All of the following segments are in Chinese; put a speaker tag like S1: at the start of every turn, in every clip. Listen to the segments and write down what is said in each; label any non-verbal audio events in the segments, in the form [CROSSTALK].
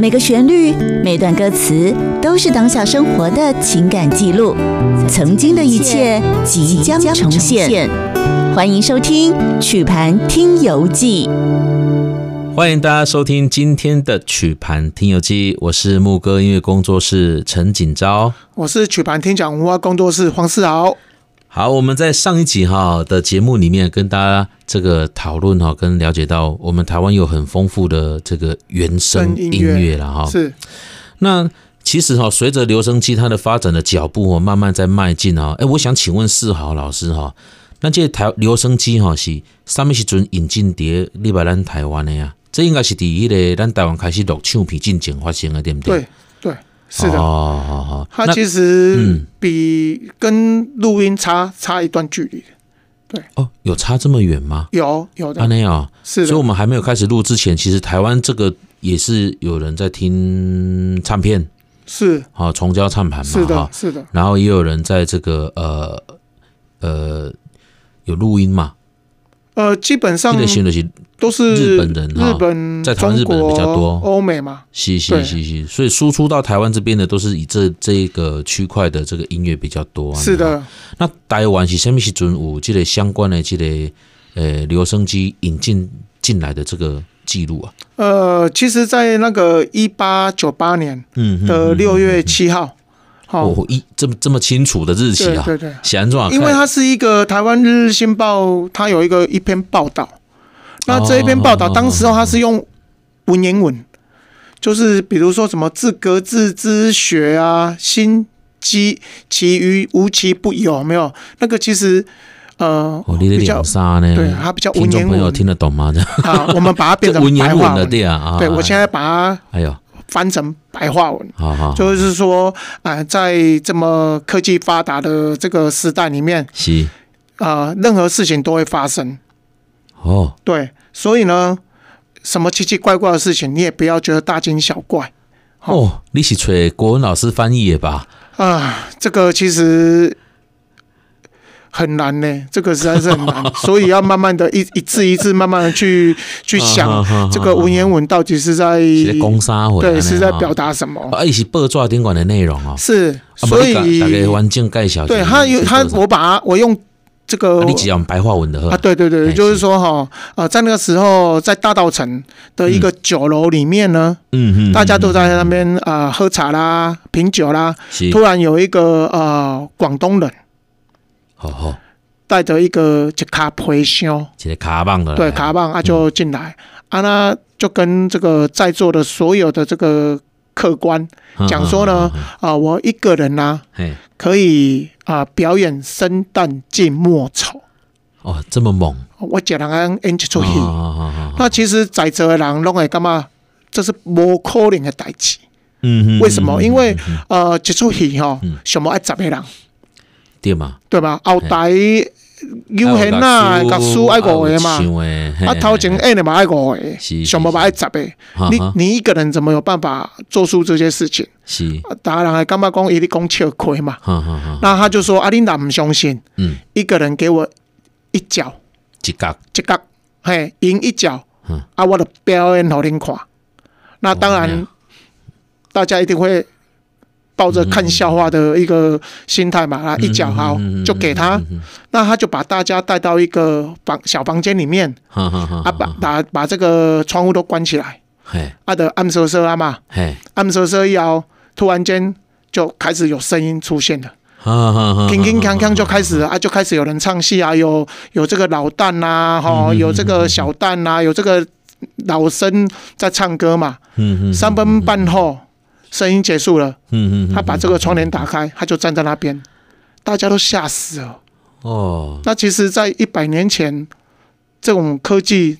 S1: 每个旋律、每段歌词都是当下生活的情感记录，曾经的一切即将重现。欢迎收听《曲盘听游记》，
S2: 欢迎大家收听今天的曲盘听友记，我是牧歌音乐工作室陈锦昭。
S3: 我是曲盘听讲文化工作室黄世豪。
S2: 好，我们在上一集哈的节目里面跟大家这个讨论哈，跟了解到我们台湾有很丰富的这个原声
S3: 声音
S2: 音
S3: 乐
S2: 乐了哈。
S3: 是，
S2: 那其实哈，随着留声机它的发展的脚步哦，慢慢在迈进啊。哎，我想请问世豪老师哈，那这台留声机哈是什么时阵引进伫你把咱台湾的呀？这应该是第一个咱台湾开始录唱片进前发生的，对不对？
S3: 对，对，是的。
S2: 哦，好好。
S3: 它
S2: 那嗯
S3: 其实比跟录音差差一段距离，
S2: 哦，有差这么远吗？
S3: 有有
S2: 啊，
S3: 的，
S2: 那样哦。
S3: 是
S2: 所以我
S3: 的，
S2: 们还没有开始录之前，其实台湾这个也是有人在听唱片，
S3: 是
S2: 好、重胶唱盘嘛，
S3: 是
S2: 啊哈
S3: 的，，是的，
S2: 然后也有人在这个呃呃有录音嘛，
S3: 呃，基本上
S2: 这个新的是
S3: 都是
S2: 日本人哈
S3: 日本、
S2: 在台湾
S3: 中
S2: 日本人
S3: 国
S2: 比较多
S3: 欧美嘛，
S2: 嘻嘻
S3: 对
S2: 嘻嘻，所以输出到台湾这边的都是以这这个区块的这个音乐比较多、啊。
S3: 是，的，
S2: 那台湾是什么时阵有这个相关的这个呃留声机引进进来的这个记录啊？
S3: 呃，其实，在那个一八九八年
S2: 嗯
S3: 的六月七号，好，
S2: 哦，一这么这么清楚的日期
S3: 对
S2: 啊，
S3: 对对，
S2: 想怎么看
S3: 因为它是一个台湾《日日新报》，它有一个一篇报道。那这一篇报道，
S2: 哦
S3: 当时候它是用文言文，就是比如说什么自格自之学啊，心机其余无奇不有，有没有？那个其实呃
S2: 哦，你的
S3: 比较
S2: 两沙呢？
S3: 对，它比较文
S2: 听
S3: 言
S2: 众朋友
S3: 文
S2: 听得懂吗？这
S3: 啊，我们把它
S2: [LAUGHS]
S3: 变成
S2: 文
S3: 白
S2: 言文
S3: 话
S2: 的
S3: 文。
S2: 对啊，啊
S3: 对，我现在把它
S2: 哎呦，
S3: 翻成白话文。
S2: 好好，好
S3: 就是说，啊、在这么科技发达的这个时代里面，
S2: 是
S3: 啊、任何事情都会发生。
S2: 哦，
S3: 对，所以呢，什么奇奇怪怪的事情，你也不要觉得大惊小怪好
S2: 哦，你是找国文老师翻译的吧？
S3: 啊、这个其实很难呢，这个实在是
S2: [LAUGHS]
S3: 很难，所以要慢慢的一一字一字，慢慢的去去
S2: 啊
S3: 想这个文言文到底是在
S2: 是在攻杀回
S3: 对是在表
S2: 达。
S3: 达什么。
S2: 啊，伊是报纸顶管的内容哦，
S3: 是，
S2: 啊不
S3: 所
S2: 你给
S3: 以
S2: 大家环境介绍一下。
S3: 对他有他，
S2: 是报纸
S3: 我把它我用这个
S2: 啊你只用白话文的
S3: 啊，
S2: 呵，
S3: 对对
S2: 哎
S3: 对，就是
S2: 是
S3: 说哈，呃，在那个时候，在大道城的一个酒楼里面呢，
S2: 嗯嗯，
S3: 大家都在那
S2: 嗯，
S3: 边啊、呃喝茶啦、品酒啦。
S2: 是，
S3: 突然有一个呃广东人
S2: 好好，
S3: 带着一个一卡皮箱，
S2: 一个卡棒的啦，
S3: 对卡棒
S2: 嗯
S3: 啊就进来，啊那就跟这个在座的所有的这个客官
S2: 嗯
S3: 讲说呢，
S2: 嗯嗯嗯嗯
S3: 啊、我一个人呐、
S2: 嘿，
S3: 可以啊、表演生旦净末丑，
S2: 哦，这么猛，
S3: 我一人安演一出戏。
S2: 哦哦哦哦
S3: 那其实在座的人拢会干嘛？这是无可能的代志。
S2: 嗯嗯
S3: 为什么？
S2: 嗯
S3: 因为
S2: 嗯嗯嗯
S3: 呃，一出戏吼
S2: 嗯，
S3: 想要爱十个人。
S2: 对嘛，
S3: 对吧？后台有闲
S2: 还
S3: 啊，
S2: 有
S3: 读书爱五个嘛，
S2: 啊
S3: 啊，头前演的嘛爱五个
S2: 是，啊
S3: 想要嘛爱十个。你你一个人怎么有办法做出这些事情？
S2: 是，
S3: 啊当然，感觉讲伊咧讲笑亏嘛。
S2: 哈哈哈，
S3: 那他就说：“啊，你若唔相信，
S2: 嗯，
S3: 一个人给我一脚
S2: 一角，
S3: 一角，嘿，赢一脚
S2: 嗯，
S3: 啊，我的表演互恁看。”那当
S2: 哇那
S3: 然
S2: 样，
S3: 大家一定会抱着看笑话的一个心态嘛，啊，一脚好
S2: 嗯嗯嗯嗯
S3: 就给
S2: 嗯
S3: 他。
S2: 嗯嗯
S3: 那他就把大家带到一个房小房间里面，
S2: 哈哈哈，
S3: 啊，把把把这个窗户都关起来，
S2: 嘿，
S3: 啊的暗蛇蛇啊嘛，
S2: 嘿，
S3: 暗蛇蛇一摇，突然间就开始有声音出现了，
S2: 哈哈哈，
S3: 铿铿锵锵就开
S2: 嗯
S3: 始了啊，就开始有人唱戏啊，有有这个老旦呐、啊，
S2: 嗯
S3: 哈，有这个小旦呐、啊，有这个老生在唱歌嘛，
S2: 嗯，嗯嗯，
S3: 三分半后声音结束了，
S2: 嗯嗯，
S3: 他把这个窗帘打开，他就站在那边，大家都吓死了。
S2: 哦，
S3: 那其实，在一百年前，这种科技，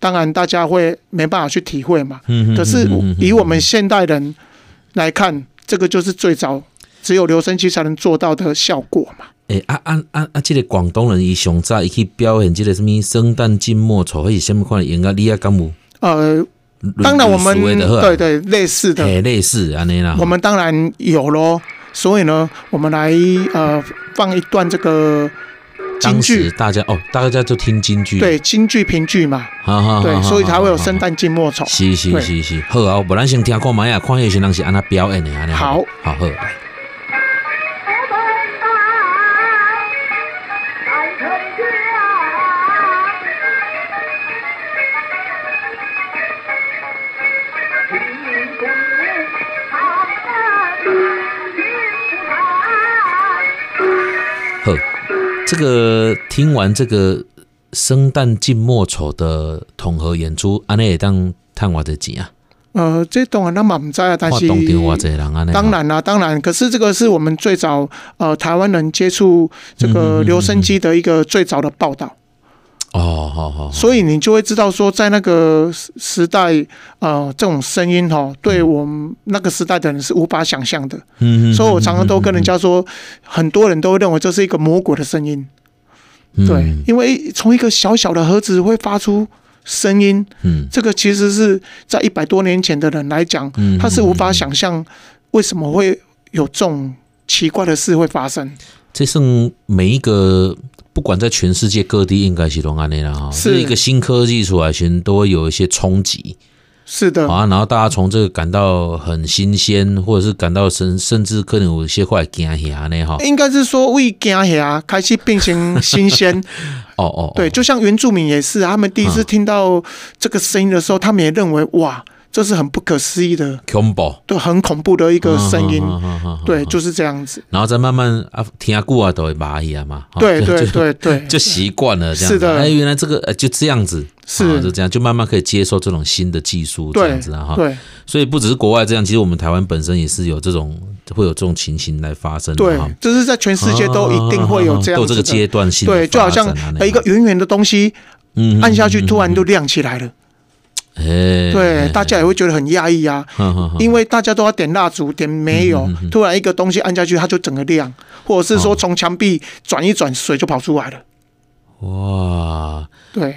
S3: 当然大家会没办法去体会嘛。
S2: 嗯，嗯
S3: 可是
S2: 嗯嗯嗯
S3: 以我们现代人来看，这个就是最早只有留声机才能做到的效果嘛。
S2: 诶，啊啊啊啊，这个广东人伊上早啊伊去表演这个什么圣诞静默丑，还是什么款的音乐，你也敢有？
S3: 呃，当然我们
S2: 对，
S3: 对对类似的，
S2: 嘿，类似安尼啦，
S3: 我们当然有咯。所以呢，我们来呃放一段这个京
S2: 当时
S3: 剧，
S2: 大家哦，大家都听京剧，啊
S3: 对京剧评剧嘛，
S2: 哈，哈哈
S3: 对，所以才会有生。
S2: 哈哈
S3: 旦净末丑。
S2: 是是
S3: 对
S2: 是是，好啊，不然先听看卖啊，看有些人是安那表演的安尼。
S3: 好，
S2: 好好。来
S4: 来成家，金鼓好汉，金
S2: 好，这个听完这个生旦净末丑的统合演出，安尼也当探我的钱啊，
S3: 呃，这当然咱嘛唔知啊，但
S2: 看
S3: 是
S2: 当场我这啊人安尼。
S3: 当然啦、当然，可是这个是我们最早呃台湾人接触这
S2: 嗯嗯嗯
S3: 个
S2: 嗯
S3: 留声机的一个最早的报道，
S2: 哦，好好。
S3: 所以你就会知道说，在那个时时代，呃，这种声音哈，对我们那个时代的人是无法想象的。
S2: 以
S3: 所以我常常
S2: 嗯
S3: 都跟人，家说，很多人都认为这是一个魔鬼的声音，
S2: 嗯
S3: 对，，因为从一个小小的盒子会发出声音，
S2: 嗯
S3: 这个其实是在一百多年前的人来讲
S2: 嗯，
S3: 他是无法想象为什么会有这种奇怪的事会发生。
S2: 这剩每一个，不管在全世界各地，应该是都安尼啦哈。
S3: 是
S2: 是一个新科技出来前，都会有一些冲击
S3: 是的，
S2: 啊，然后大家从这个感到很新鲜，或者是感到甚甚至可能有一些会惊吓呢哈。
S3: 应该是说为惊吓开始变成新
S2: [LAUGHS]
S3: 鲜，
S2: 哦哦，哦
S3: 对，就像原住民也是啊，他们第一次听到这个声音的时候，他们也认为哇，这是很不可思议的，
S2: 恐怖
S3: 对，很恐怖的一个声音，
S2: 嗯嗯嗯嗯嗯嗯
S3: 对，就是这样子，
S2: 然后再慢慢啊，听久啊都会麻痹啊嘛，哈
S3: 对
S2: 就
S3: 对
S2: 就
S3: 对对，
S2: 就习惯了这样子。
S3: 是的
S2: 哎，原来这个呃就这样子，
S3: 是
S2: 啊就这样，就慢慢可以接受这种新的技术这
S3: 对
S2: 样子啊哈。
S3: 对
S2: 所以不只是国外这样，其实我们台湾本身也是有这种会有这种情形来发生的
S3: 对
S2: 哈。，啊
S3: 这是在全世界都一定会有这
S2: 哦都
S3: 样
S2: 这个
S3: 子的，
S2: 阶段性的
S3: 对，就好像
S2: 发展啊那
S3: 呃一个圆圆的东西
S2: 嗯
S3: 按下去，突然就亮起来了，
S2: 哎，嘿
S3: 对，大家也会觉得很压抑啊。
S2: 哼哼哼
S3: 因为大家都要点蜡烛，点没
S2: 嗯
S3: 有，突然一个东西按下去，它就整个亮，或者是
S2: 哦
S3: 说从墙壁转一转，水就跑出来了。
S2: 哇， [LAUGHS]
S3: 对，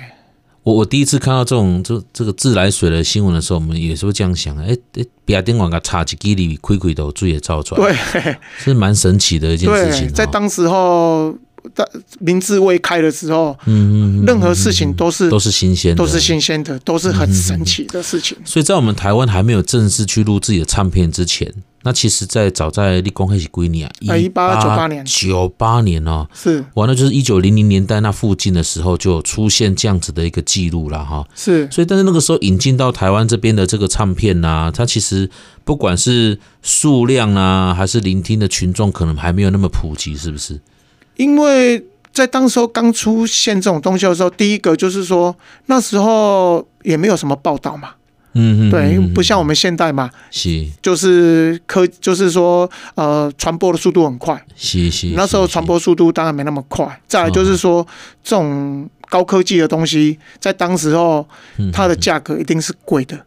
S2: 我我第一次看到这种这这个自来水的新闻的时候，我们也是会这样想，哎、哎，别电网给插几滴里亏亏头，水也照出来，
S3: 对，
S2: 是蛮神奇的一件事情
S3: 对
S2: 哦。，
S3: 在当时候，在明治未开的时候，
S2: 嗯嗯嗯
S3: 任何事情都是
S2: 都是嗯新鲜的，
S3: 都是。新鲜的，都是很神奇的事情。
S2: 所以在我们台湾还没有正式去录自己的唱片之前，那其实在早在立功开始归你啊，
S3: 呃1898年
S2: 九八年哦，
S3: 是
S2: 完了就是一九零零年代那附近的时候就有出现这样子的一个记录了哈。
S3: 是，
S2: 所以，但是那个时候引进到台湾这边的这个唱片呐、它其实不管是数量啊，还是聆听的群众，可能还没有那么普及，是不是？
S3: 因为在当时候刚出现这种东西的时候，第一个就是说那时候也没有什么报道嘛，
S2: 嗯嗯，
S3: 对，不像我
S2: 们
S3: 们现代嘛，
S2: 是
S3: 就是科，就是说，呃，传播的速度很快。
S2: 是是，
S3: 那时候传播速度当然没那么快。再来就是说，这种高科技的东西，在当时候
S2: 嗯
S3: 它的价格一定是贵的，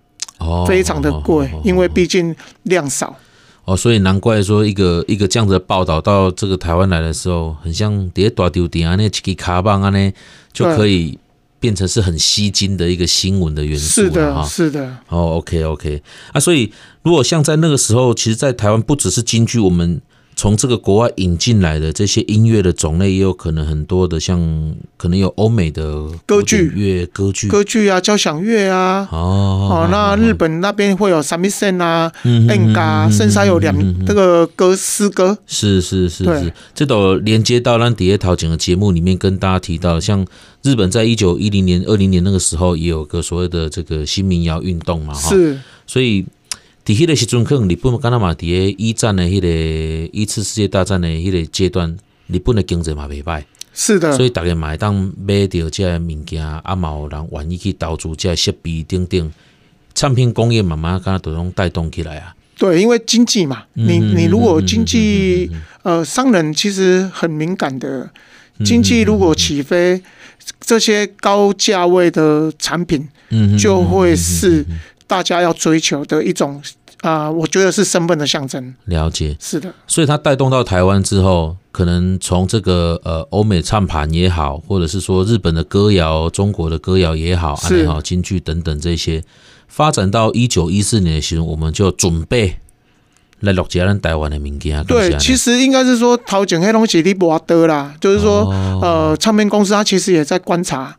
S3: 非常的贵，因为毕竟量少。
S2: 哦，所以难怪说一个一个这样子的报道到这个台湾来的时候，很像叠大丢点啊，那几个卡棒啊，呢就可以变成是很吸睛的一个新闻的元素
S3: 是
S2: 了
S3: 的，
S2: 哈。
S3: 是的，
S2: 哦，OK OK 啊，所以如果像在那个时候，其实，在台湾不只是京剧，我们从这个国外引进来的这些音乐的种类，也有可能很多的，像可能有欧美的
S3: 歌剧
S2: 古典乐、歌剧
S3: 歌剧啊，交响乐啊。
S2: 哦
S3: 哦，那日本那边会有 s a m i s e n 啊
S2: 嗯
S3: e n g a 甚至还有两这个歌诗歌，
S2: 是是是
S3: 对
S2: 是，这都连接到让底下桃景的节目里面跟大家提到的，像日本在一九一零年、二零年那个时候也有个所谓的这个新民谣运动嘛，哈，
S3: 是
S2: 所以底迄个时阵可能日本敢若嘛底下一战的迄、个一次世界大战的迄个阶段，日本的经济嘛袂歹，
S3: 是的
S2: 所，以大家嘛会当买到这物件，啊嘛有人愿意去投资这设备等等，唱片工业慢慢敢若都拢带动起来啊，
S3: 对，因为经济嘛，你
S2: 嗯
S3: 你如果经济呃，商人其实很敏感的，经
S2: 嗯
S3: 济如果起飞，这些高价位的产品
S2: 嗯，
S3: 就会是大家要追求的一种啊、我觉得是身份的象征。
S2: 了解。
S3: 是的，
S2: 所以它带动到台湾之后，可能从这个呃欧美唱盘也好，或者是说日本的歌谣、中国的歌谣也好，
S3: 是
S2: 也好京剧等等这些，发展到一九一四年的时候，我们就准备来录一下咱台湾的啊物件。敢是这
S3: 对，
S2: 样
S3: 其实应该是说陶景黑东西你不阿得啦，就是说、
S2: 哦
S3: 呃，唱片公司它其实也在观察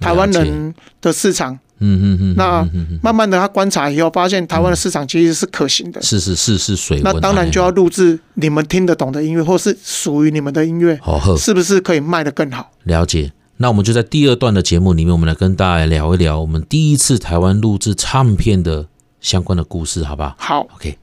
S3: 台湾人的市场，
S2: 嗯嗯嗯，
S3: 那
S2: 嗯嗯嗯
S3: 慢慢的他观察以后发现台湾的市场其实是可行的，
S2: 是是是是水温啊，
S3: 那当然就要录制你们听得懂的音乐，或是属于你们的音乐，
S2: 好好
S3: 是不是可以卖得更好？
S2: 了解。那我们就在第二段的节目里面，我们来跟大家聊一聊我们第一次台湾录制唱片的相关的故事，好不好
S3: 好。
S2: ？OK。